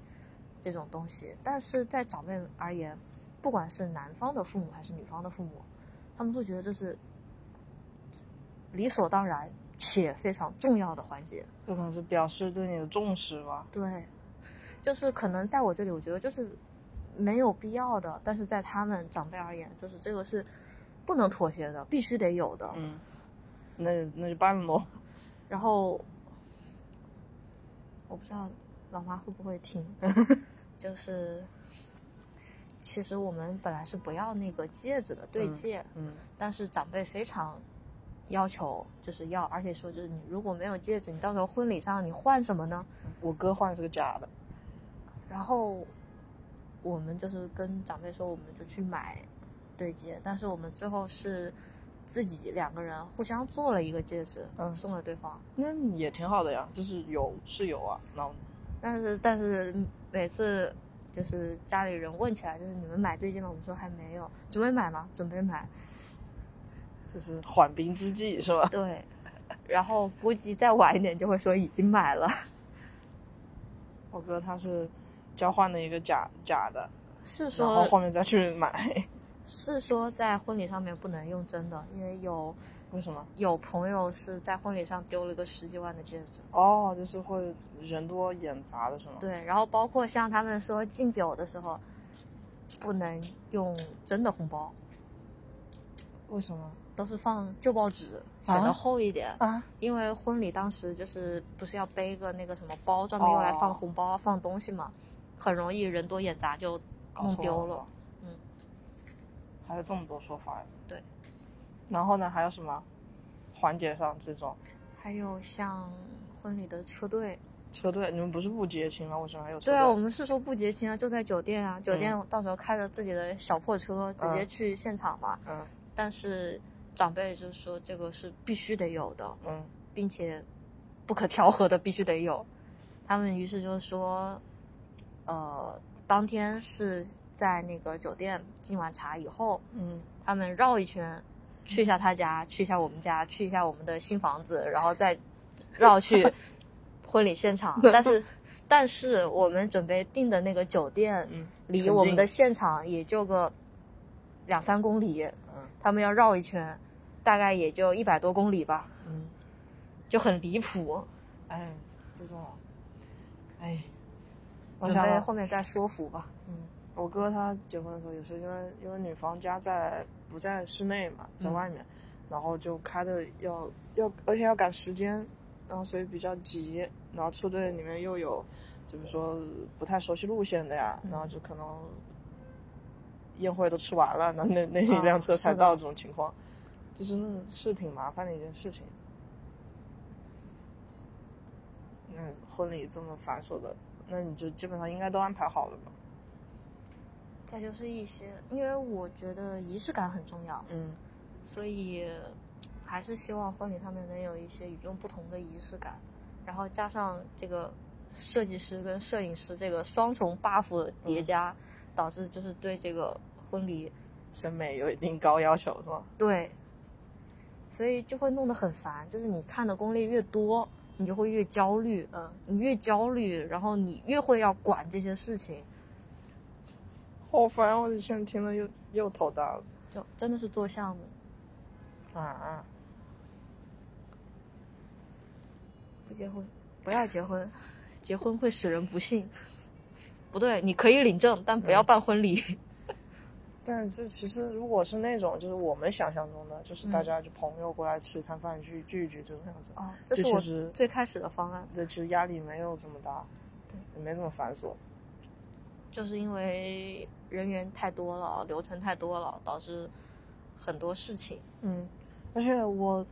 Speaker 1: 这种东西。但是在长辈而言，不管是男方的父母还是女方的父母，他们会觉得这是理所当然且非常重要的环节。
Speaker 2: 这可能是表示对你的重视吧。
Speaker 1: 对，就是可能在我这里，我觉得就是没有必要的，但是在他们长辈而言，就是这个是不能妥协的，必须得有的。
Speaker 2: 嗯，那那就办喽。
Speaker 1: 然后我不知道老妈会不会听， (laughs) 就是其实我们本来是不要那个戒指的对
Speaker 2: 嗯
Speaker 1: 戒，
Speaker 2: 嗯
Speaker 1: 但是长辈非常要求，就是要，而且说就是你如果没有戒指，你到时候婚礼上你换什么呢？
Speaker 2: (laughs) 我哥换的是个假的，
Speaker 1: 然后我们就是跟长辈说，我们就去买对戒，但是我们最后是自己两个人互相做了一个戒指，
Speaker 2: 嗯
Speaker 1: 送给对方。
Speaker 2: 那也挺好的呀，就是有是有啊。那我
Speaker 1: 但是但是每次就是家里人问起来，就是你们买对戒吗？我们说还没有，准备买吗？准备买。
Speaker 2: 就是缓兵之计是吧？
Speaker 1: 对，然后估计再晚一点就会说已经买了。
Speaker 2: 我哥他是交换了一个假假的，
Speaker 1: (laughs) 是
Speaker 2: 然后
Speaker 1: 说
Speaker 2: 后面再去买。
Speaker 1: 是说在婚礼上面不能用真的，因为有
Speaker 2: 为什么？
Speaker 1: 有朋友是在婚礼上丢了一个十几万的戒指。
Speaker 2: 哦，就是会人多眼杂的是吗？，
Speaker 1: 对，然后包括像他们说敬酒的时候，不能用真的红包，
Speaker 2: 为什么
Speaker 1: 都是放旧报纸写
Speaker 2: 啊
Speaker 1: 的厚一点，
Speaker 2: 啊？
Speaker 1: 因为婚礼当时就是不是要背个那个什么包，专门用来放
Speaker 2: 哦
Speaker 1: 红包、啊放东西嘛，很容易人多眼杂就
Speaker 2: 搞
Speaker 1: 弄
Speaker 2: 错
Speaker 1: 丢
Speaker 2: 了
Speaker 1: 了。嗯，
Speaker 2: 还有这么多说法呀？
Speaker 1: 对。
Speaker 2: 然后呢？还有什么？环节上这种
Speaker 1: 还有像婚礼的车队，
Speaker 2: 车队，你们不是不接亲吗？为什么还有车队？
Speaker 1: 对啊，我们是说不结亲啊，就在酒店啊，酒店到时候开着自己的小破车直接
Speaker 2: 嗯
Speaker 1: 去现场嘛，
Speaker 2: 嗯
Speaker 1: 但是长辈就说这个是必须得有的。
Speaker 2: 嗯
Speaker 1: 并且不可调和的必须得有。他们于是就说，呃，当天是在那个酒店敬完茶以后，
Speaker 2: 嗯，
Speaker 1: 他们绕一圈，去一下他家，去一下我们家，去一下我们的新房子，然后再绕去婚礼现场。但是，但是我们准备订的那个酒店，
Speaker 2: 嗯
Speaker 1: 离
Speaker 2: 很
Speaker 1: 我
Speaker 2: 近
Speaker 1: 们的现场也就个两三公里，
Speaker 2: 嗯
Speaker 1: 他们要绕一圈，大概也就一百多公里吧，
Speaker 2: 嗯，
Speaker 1: 就很离谱。
Speaker 2: 哎，这种，哎，我
Speaker 1: 准
Speaker 2: 想
Speaker 1: 备
Speaker 2: 到
Speaker 1: 后面再说服吧。
Speaker 2: 嗯，我哥他结婚的时候也是因为因为女方家在不在室内嘛，在
Speaker 1: 嗯
Speaker 2: 外面，然后就开的要要，而且要赶时间，然后所以比较急，然后车队里面又有，就比如说不太熟悉路线的呀，
Speaker 1: 嗯
Speaker 2: 然后就可能宴会都吃完了，那那那一辆车
Speaker 1: 嗯是
Speaker 2: 才
Speaker 1: 的
Speaker 2: 到这种情况，就真的是挺麻烦的一件事情。那婚礼这么繁琐的，那你就基本上应该都安排好了吧？
Speaker 1: 再就是一些，因为我觉得仪式感很重要，
Speaker 2: 嗯。
Speaker 1: 所以还是希望婚礼上面能有一些与众不同的仪式感，然后加上这个设计师跟摄影师这个双重 buff 的叠加，导致就是对这个婚礼
Speaker 2: 审美有一定高要求，是吧？
Speaker 1: 对，所以就会弄得很烦。就是你看的攻略越多，你就会越焦虑，
Speaker 2: 嗯，
Speaker 1: 你越焦虑，然后你越会要管这些事情，
Speaker 2: 好烦！我现在听了又又头大了
Speaker 1: 就真的是做项目。
Speaker 2: 啊！
Speaker 1: 不结婚，不要结婚，结婚会使人不幸。不对，你可以领证，但不要办婚礼。
Speaker 2: 但是其实如果是那种就是我们想象中的，就是大家就朋友过来吃餐饭去聚一聚这种样子，
Speaker 1: 啊，这
Speaker 2: 这其
Speaker 1: 是
Speaker 2: 实
Speaker 1: 我最开始的方案，
Speaker 2: 对，其实压力没有这么大，也没这么繁琐。
Speaker 1: 就是因为人员太多了，流程太多了，导致很多事情。
Speaker 2: 嗯，而且我，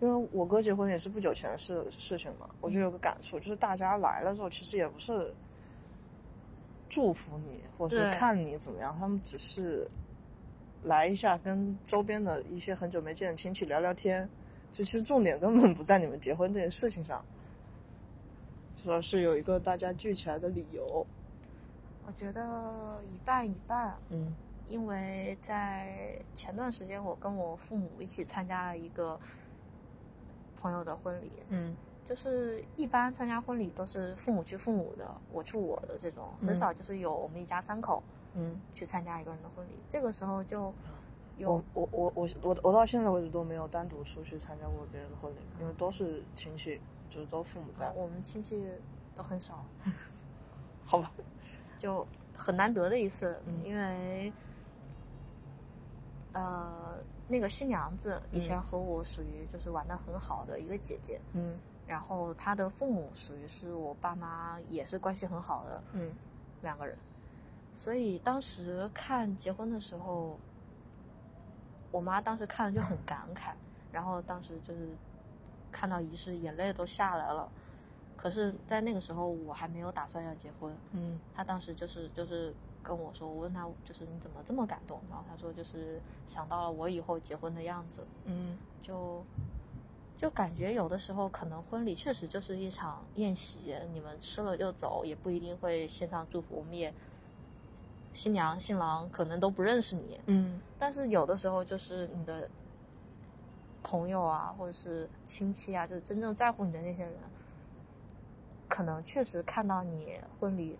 Speaker 2: 因为我哥结婚也是不久前的事事情嘛，我就有个感触，就是大家来了之后，其实也不是祝福你，或是
Speaker 1: 对
Speaker 2: 看你怎么样，他们只是来一下，跟周边的一些很久没见的亲戚聊聊天，就其实重点根本不在你们结婚这件事情上，就说是有一个大家聚起来的理由。
Speaker 1: 我觉得一半一半，
Speaker 2: 嗯
Speaker 1: 因为在前段时间，我跟我父母一起参加了一个朋友的婚礼，
Speaker 2: 嗯
Speaker 1: 就是一般参加婚礼都是父母去父母的，我去我的这种，很
Speaker 2: 嗯
Speaker 1: 少就是有我们一家三口
Speaker 2: 嗯，
Speaker 1: 去参加一个人的婚礼。这个时候就有
Speaker 2: 我我我我我我到现在为止都没有单独出去参加过别人的婚礼，因为都是亲戚，就是都父母在
Speaker 1: 啊，我们亲戚都很少，
Speaker 2: 好吧？
Speaker 1: 就很难得的一次，
Speaker 2: 嗯
Speaker 1: 因为呃，那个新娘子以前和我属于就是玩的很好的一个姐姐，
Speaker 2: 嗯
Speaker 1: 然后她的父母属于是我爸妈，也是关系很好的
Speaker 2: 嗯
Speaker 1: 两个人，所以当时看结婚的时候，我妈当时看了就很感慨，然后当时就是看到仪式，眼泪都下来了。可是，在那个时候，我还没有打算要结婚。
Speaker 2: 嗯
Speaker 1: 她当时就是就是跟我说，我问她就是你怎么这么感动，然后她说就是想到了我以后结婚的样子，
Speaker 2: 嗯
Speaker 1: 就就感觉有的时候可能婚礼确实就是一场宴席，你们吃了就走，也不一定会献上祝福，我们也新娘新郎可能都不认识你，
Speaker 2: 嗯
Speaker 1: 但是有的时候就是你的朋友啊，或者是亲戚啊，就是真正在乎你的那些人，可能确实看到你婚礼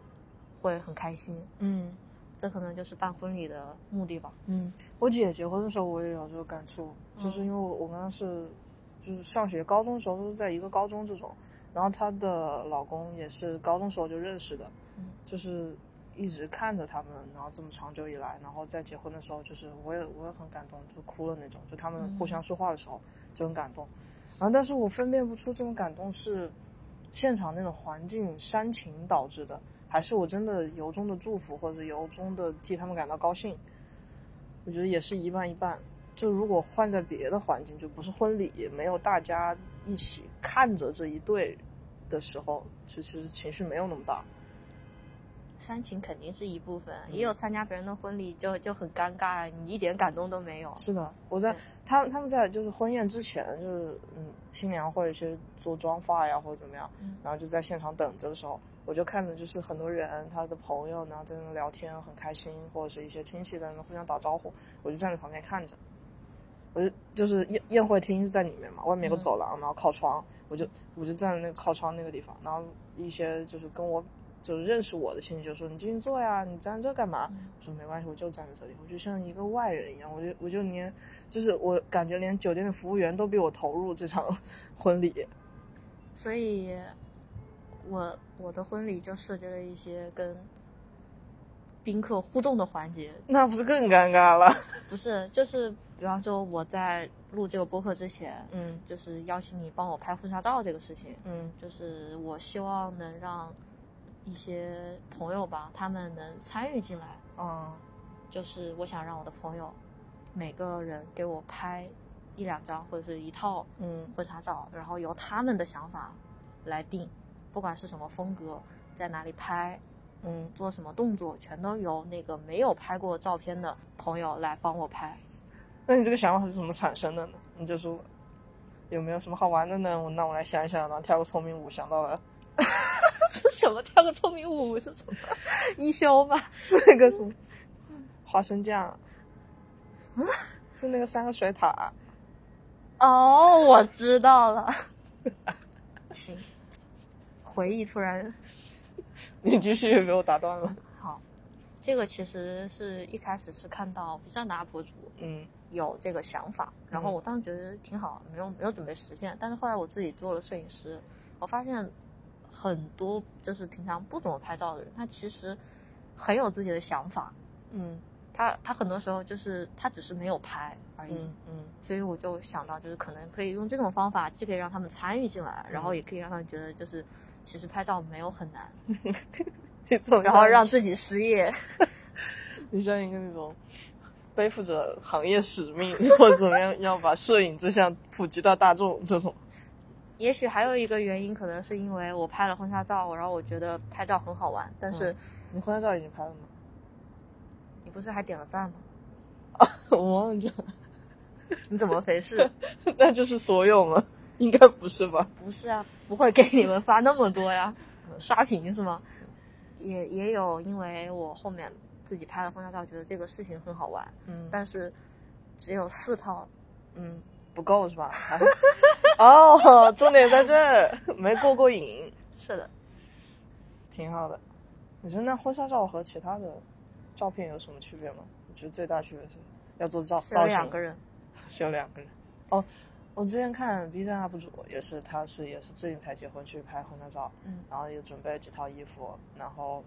Speaker 1: 会很开心，
Speaker 2: 嗯
Speaker 1: 这可能就是办婚礼的目的吧。
Speaker 2: 嗯。我姐结婚的时候，我也有这个感触，就是因为我我跟她是，就是上学高中的时候都是在一个高中这种，然后她的老公也是高中时候就认识的，
Speaker 1: 嗯
Speaker 2: 就是一直看着他们，然后这么长久以来，然后在结婚的时候，就是我也我也很感动，就哭了那种，就他们
Speaker 1: 嗯
Speaker 2: 互相说话的时候、就很感动。然后，但是我分辨不出这种感动是现场那种环境煽情导致的，还是我真的由衷的祝福或者由衷的替他们感到高兴。我觉得也是一半一半。就如果换在别的环境，就不是婚礼，也没有大家一起看着这一对的时候，其实情绪没有那么大。
Speaker 1: 煽情肯定是一部分，啊
Speaker 2: 嗯
Speaker 1: 也有参加别人的婚礼就就很尴尬，你一点感动都没有。
Speaker 2: 是的，我在
Speaker 1: 哦对
Speaker 2: 他他们在就是婚宴之前，就是嗯，新娘会有些做妆发呀或者怎么样，
Speaker 1: 嗯
Speaker 2: 然后就在现场等着的时候，我就看着就是很多人他的朋友，然后在那聊天，很开心，或者是一些亲戚在那互相打招呼，我就站在旁边看着。我就就是宴宴会厅是在里面嘛，外面有
Speaker 1: 嗯
Speaker 2: 个走廊，然后靠窗，我就我就站在那个靠窗那个地方，然后一些就是跟我就是认识我的亲戚就说你进去坐呀，你站这干嘛？
Speaker 1: 嗯
Speaker 2: 我说没关系，我就站在这里，我就像一个外人一样，我就我就连就是我感觉连酒店的服务员都比我投入这场 (laughs) 婚礼。
Speaker 1: 所以，我我的婚礼就设计了一些跟宾客互动的环节，
Speaker 2: 那不是更尴尬了？
Speaker 1: 不是就是比方说我在录这个播客之前，
Speaker 2: 嗯
Speaker 1: 就是邀请你帮我拍婚纱照这个事情，
Speaker 2: 嗯
Speaker 1: 就是我希望能让一些朋友吧，他们能参与进来，
Speaker 2: 啊
Speaker 1: 就是我想让我的朋友每个人给我拍一两张或者是一套
Speaker 2: 嗯
Speaker 1: 婚纱照，然后由他们的想法来定，不管是什么风格，在哪里拍，
Speaker 2: 嗯，
Speaker 1: 做什么动作，全都由那个没有拍过照片的朋友来帮我拍。 (laughs)
Speaker 2: 那你这个想法是怎么产生的呢？你就说有没有什么好玩的呢？我那我来想一想，然后跳个聪明舞，想到了 (laughs)
Speaker 1: 这什么跳个聪明舞是什么？ (laughs) 一休吧？
Speaker 2: 那个什么花生酱，就那个三个水塔。
Speaker 1: 哦，我知道了。行，回忆突然
Speaker 2: 你继续被我打断了。
Speaker 1: 好，这个其实是一开始是看到 B 站的 UP 主
Speaker 2: 嗯
Speaker 1: 有这个想法，然后我当时觉得挺好，没有没有准备实现。但是后来我自己做了摄影师，我发现很多就是平常不怎么拍照的人，他其实很有自己的想法，
Speaker 2: 嗯
Speaker 1: 他他很多时候就是他只是没有拍而已。
Speaker 2: 嗯 (laughs) 嗯
Speaker 1: 所以我就想到，就是可能可以用这种方法，既可以让他们参与进来，
Speaker 2: 嗯
Speaker 1: 然后也可以让他们觉得，就是其实拍照没有很难，
Speaker 2: 这种
Speaker 1: 然后让自己失业。 (laughs)
Speaker 2: 你像一个那种背负着行业使命 (laughs) 或者怎么样，要把摄影这项普及到大众这种。
Speaker 1: 也许还有一个原因，可能是因为我拍了婚纱照，然后我觉得拍照很好玩。但是
Speaker 2: 嗯你婚纱照已经拍了吗？
Speaker 1: 你不是还点了赞吗？
Speaker 2: (laughs)
Speaker 1: (laughs)
Speaker 2: 我忘记了，
Speaker 1: 你怎么回事？
Speaker 2: (laughs) 那就是所有吗？应该不是吧？
Speaker 1: (laughs) 不是啊，不会给你们发那么多呀，刷屏是吗？也也有，因为我后面自己拍了婚纱照，觉得这个事情很好玩，
Speaker 2: 嗯
Speaker 1: 但是只有四套
Speaker 2: 嗯，不够是吧？ (laughs) 还是哦，重点在这儿，没过过瘾，
Speaker 1: 是的，
Speaker 2: 挺好的。你说那婚纱照和其他的照片有什么区别吗？我觉得最大区别是要做造
Speaker 1: 只有
Speaker 2: 造型
Speaker 1: 两，个人。
Speaker 2: 是有两个人。哦，我之前看 B 站 UP 主也是，他是也是最近才结婚去拍婚纱照，
Speaker 1: 嗯
Speaker 2: 然后也准备了几套衣服，然后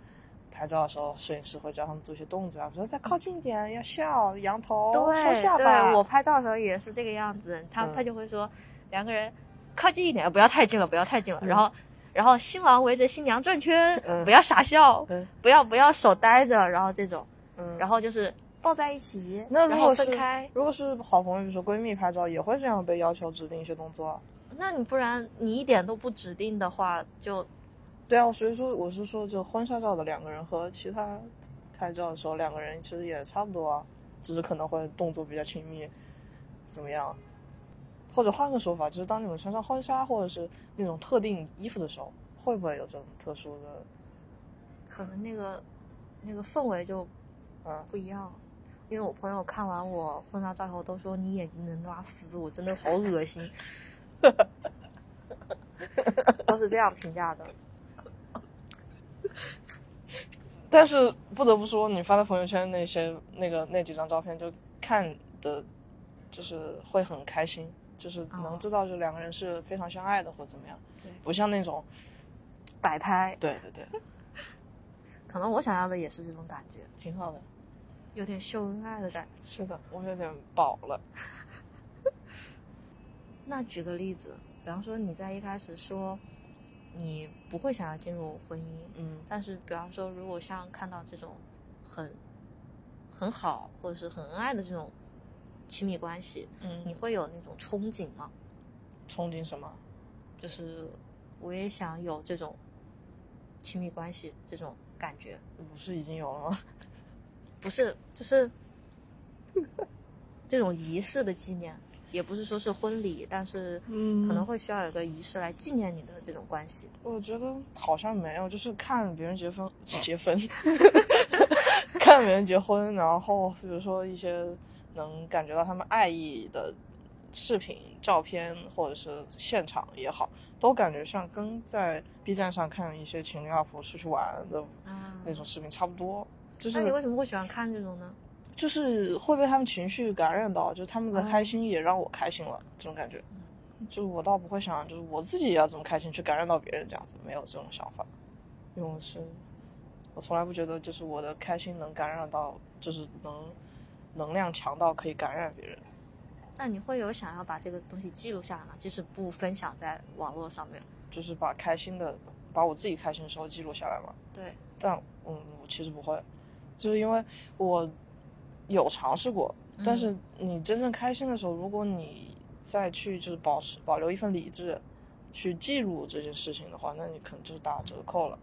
Speaker 2: 拍照的时候摄影师会教他们做一些动作啊，比如说再靠近一点，要笑，扬头，收
Speaker 1: 对
Speaker 2: 下巴。
Speaker 1: 对，我拍照的时候也是这个样子，他、
Speaker 2: 嗯
Speaker 1: 他就会说两个人靠近一点，不要太近了，不要太近了，然后。然后新郎围着新娘转圈，
Speaker 2: 嗯
Speaker 1: 不要傻笑，
Speaker 2: 嗯
Speaker 1: 不要不要手呆着，然后这种，
Speaker 2: 嗯，
Speaker 1: 然后就是抱在一起，
Speaker 2: 那如
Speaker 1: 然
Speaker 2: 果
Speaker 1: 后
Speaker 2: 是
Speaker 1: 分开。
Speaker 2: 如果是好朋友，比如说闺蜜拍照，也会这样被要求指定一些动作啊。
Speaker 1: 那你不然你一点都不指定的话，就
Speaker 2: 对啊，所以说我是说，就婚纱照的两个人和其他拍照的时候两个人其实也差不多啊，只是可能会动作比较亲密，怎么样？啊或者换个说法，就是当你们穿上婚纱或者是那种特定衣服的时候，会不会有这种特殊的？
Speaker 1: 可能那个那个氛围就
Speaker 2: 嗯
Speaker 1: 不一样。因为我朋友看完我婚纱照以后都说你眼睛能拉丝，我真的好恶
Speaker 2: (laughs)
Speaker 1: 心，都是这样评价的。
Speaker 2: 但是不得不说，你发到朋友圈那些那个那几张照片，就看的，就是会很开心，就是能
Speaker 1: 哦
Speaker 2: 知道就两个人是非常相爱的或怎么样
Speaker 1: 对，
Speaker 2: 不像那种
Speaker 1: 摆拍，
Speaker 2: 对对对，
Speaker 1: 可能我想要的也是这种感觉，
Speaker 2: 挺好的。
Speaker 1: 有点秀恩爱的感觉。
Speaker 2: 是的，我有点饱了。
Speaker 1: 那举个例子，比方说你在一开始说你不会想要进入婚姻，
Speaker 2: 嗯
Speaker 1: 但是，比方说，如果像看到这种很很好或者是很恩爱的这种亲密关系，你
Speaker 2: 嗯，
Speaker 1: 会有那种憧憬吗？
Speaker 2: 憧憬什么？
Speaker 1: 就是我也想有这种亲密关系这种感觉，
Speaker 2: 不是已经有了吗？
Speaker 1: 不是，就是这种仪式的纪念，也不是说是婚礼，但是
Speaker 2: 嗯
Speaker 1: 可能会需要有个仪式来纪念你的这种关系。
Speaker 2: 我觉得好像没有，就是看别人结婚，结婚， (laughs) 看别人结婚，然后比如说一些能感觉到他们爱意的视频、照片，或者是现场也好，都感觉像跟在 B 站上看一些情侣 UP 出去玩的
Speaker 1: 嗯
Speaker 2: 那种视频差不多。就
Speaker 1: 那你为
Speaker 2: 是
Speaker 1: 什么会喜欢看这种呢？
Speaker 2: 就是会被他们情绪感染到，就他们的
Speaker 1: 哦
Speaker 2: 开心也让我开心了，这种感觉。就我倒不会想，就是我自己也要这么开心去感染到别人这样子，没有这种想法，因为我是，我从来不觉得就是我的开心能感染到，就是能能量强到可以感染别人。
Speaker 1: 那你会有想要把这个东西记录下来吗？即使不分享在网络上面。
Speaker 2: 就是把开心的，把我自己开心的时候记录下来嘛。
Speaker 1: 对，
Speaker 2: 但嗯，我其实不会，就是因为我有尝试过，
Speaker 1: 嗯
Speaker 2: 但是你真正开心的时候，如果你再去就是保持保留一份理智，去记录这件事情的话，那你可能就打折扣了。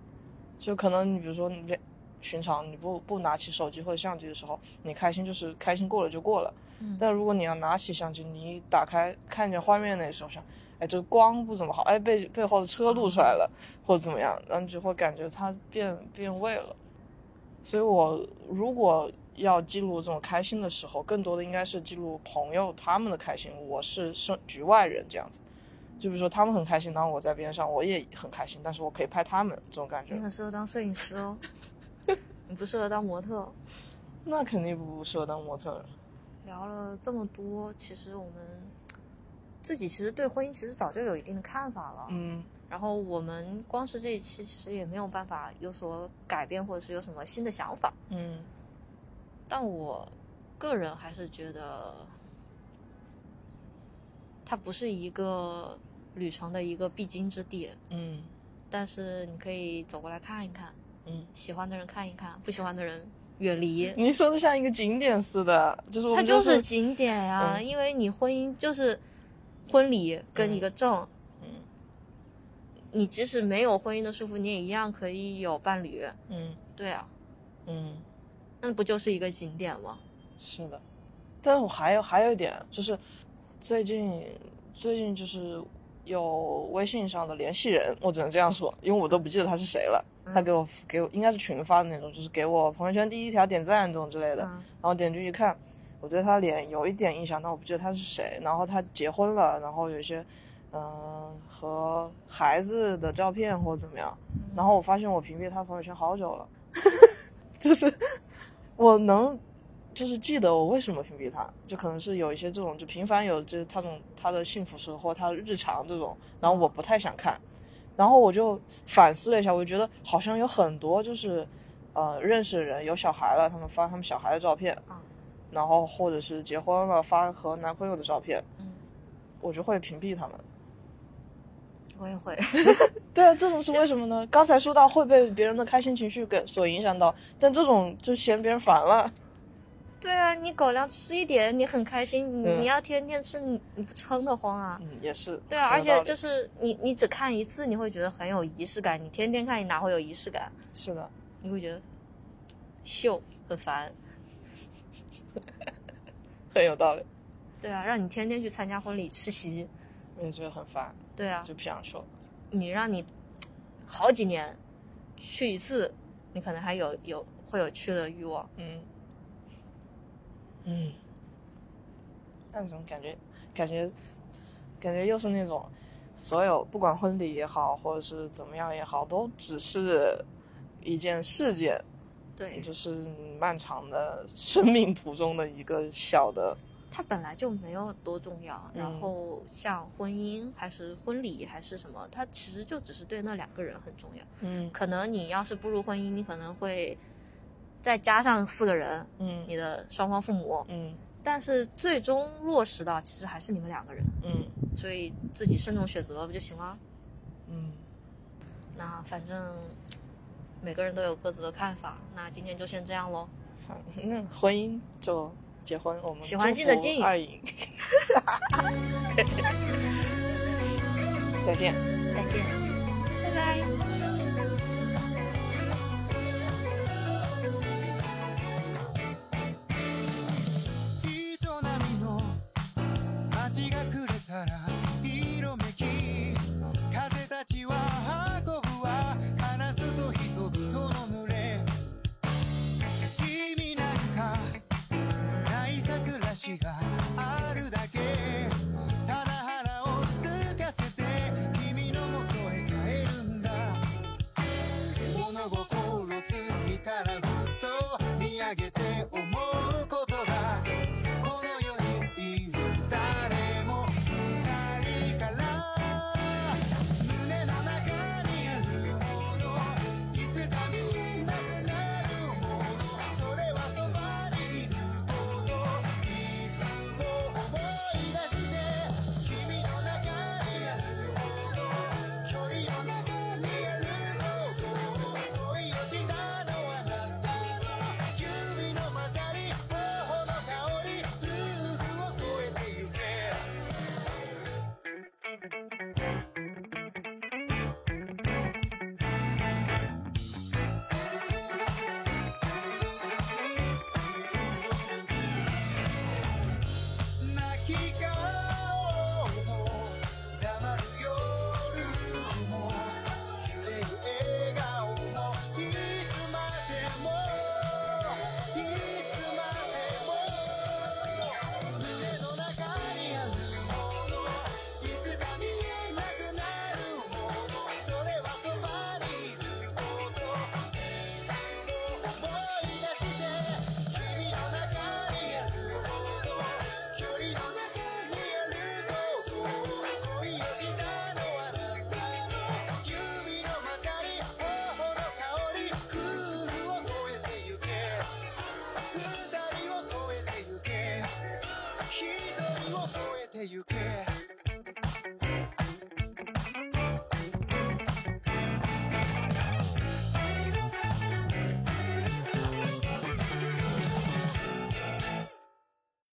Speaker 2: 就可能你比如说你寻常你不不拿起手机或者相机的时候，你开心就是开心过了就过了。
Speaker 1: 嗯
Speaker 2: 但如果你要拿起相机，你一打开看见画面那时候想，哎，这个光不怎么好，哎，背背后的车露出来了，或者怎么样，然后你就会感觉它变变味了。所以我如果要记录这种开心的时候，更多的应该是记录朋友他们的开心，我是生局外人这样子。就比如说他们很开心，然后我
Speaker 1: 嗯
Speaker 2: 在边上，我也很开心，但是我可以拍他们这种感觉
Speaker 1: 你。很适合当摄影师哦。你不适合当模特。哦
Speaker 2: 那肯定不适合当模特儿。
Speaker 1: 聊了这么多，其实我们自己其实对婚姻其实早就有一定的看法了。
Speaker 2: 嗯，
Speaker 1: 然后我们光是这一期其实也没有办法有所改变，或者是有什么新的想法。
Speaker 2: 嗯，
Speaker 1: 但我个人还是觉得，它不是一个旅程的一个必经之地，
Speaker 2: 嗯，
Speaker 1: 但是你可以走过来看一看，
Speaker 2: 嗯，
Speaker 1: 喜欢的人看一看，不喜欢的人远离。
Speaker 2: 你说的像一个景点似的，就是嗯我
Speaker 1: 它
Speaker 2: 们
Speaker 1: 就是是景点呀、
Speaker 2: 嗯
Speaker 1: 因为你婚姻就是婚礼跟一个证，
Speaker 2: 嗯
Speaker 1: 你即使没有婚姻的束缚，你也一样可以有伴侣。
Speaker 2: 嗯
Speaker 1: 对啊，
Speaker 2: 嗯，
Speaker 1: 那不就是一个景点吗？
Speaker 2: 是的。但是我还有还有一点，就是最近最近就是有微信上的联系人，我只能这样说，因为我都不记得他是谁了。
Speaker 1: 嗯
Speaker 2: 他给我给我应该是群发的那种，就是给我朋友圈第一条点赞这种之类的。
Speaker 1: 嗯
Speaker 2: 然后点进去看，我对他脸有一点印象，但我不记得他是谁。然后他结婚了，然后有一些，嗯、和孩子的照片或者怎么样。然后我发现我屏蔽他朋友圈好久了， (laughs) 就是我能，就是记得我为什么屏蔽他，就可能是有一些这种就频繁有就是他种他的幸福生活，他的日常这种，然后我不太想看，然后我就反思了一下，我觉得好像有很多就是，呃，认识的人有小孩了，他们发他们小孩的照片，
Speaker 1: 啊
Speaker 2: 然后或者是结婚了发和男朋友的照片，
Speaker 1: 嗯，
Speaker 2: 我就会屏蔽他们。
Speaker 1: 我也会。 (laughs)
Speaker 2: 对啊，这种是为什么呢？刚才说到会被别人的开心情绪给所影响到，但这种就嫌别人烦了。
Speaker 1: 对啊，你狗粮吃一点，你很开心，你、
Speaker 2: 嗯
Speaker 1: 你要天天吃，你你不撑得慌啊？
Speaker 2: 嗯，也是。
Speaker 1: 对啊，而且就是是你你只看一次，你会觉得很有仪式感，你天天看，你哪会有仪式感？
Speaker 2: 是的，
Speaker 1: 你会觉得秀很烦。
Speaker 2: 很有道理。
Speaker 1: 对啊，让你天天去参加婚礼吃席，
Speaker 2: 我也觉得很烦，
Speaker 1: 对啊，
Speaker 2: 就不想说。
Speaker 1: 你让你好几年去一次，你可能还有有会有去的欲望。
Speaker 2: 嗯，嗯，那种感觉，感觉，感觉又是那种，所有不管婚礼也好，或者是怎么样也好，都只是一件事件，也
Speaker 1: 对，
Speaker 2: 就是你漫长的生命途中的一个小的，
Speaker 1: 它本来就没有多重要。
Speaker 2: 嗯
Speaker 1: 然后像婚姻还是婚礼还是什么，它其实就只是对那两个人很重要。
Speaker 2: 嗯
Speaker 1: 可能你要是步入婚姻，你可能会再加上四个人，
Speaker 2: 嗯
Speaker 1: 你的双方父母，
Speaker 2: 嗯
Speaker 1: 但是最终落实到其实还是你们两个人，
Speaker 2: 嗯
Speaker 1: 所以自己慎重选择不就行了？
Speaker 2: 嗯，
Speaker 1: 那反正每个人都有各自的看法，那今天就先这样喽。
Speaker 2: 反正婚姻就结婚，我们
Speaker 1: 喜欢进的进
Speaker 2: 二营， (laughs) 再见。
Speaker 1: 再见，拜拜。
Speaker 3: 営みの街がくれたら色めき風たちは運ぶわ金ずと人々の群れ君なんかないさ暮らしがあるだけ棚原をすかせて君のもとへ帰るんだ物心ついたらふと見上げて思うことがこの世にいる誰も二人から胸の中にあるものいつかみんなくなるものそれはそばにいることいつも思い出して君の中にあるもの距離の中にあること恋をしたのはあなたの指の混ざり頬の香り夫婦を越えてゆけ泣き顔も黙る夜も揺れる笑顔もいつまでもいつまでも胸の中にあるものいつか見えなくなるものそれはそばにいることいつも思いてゆけ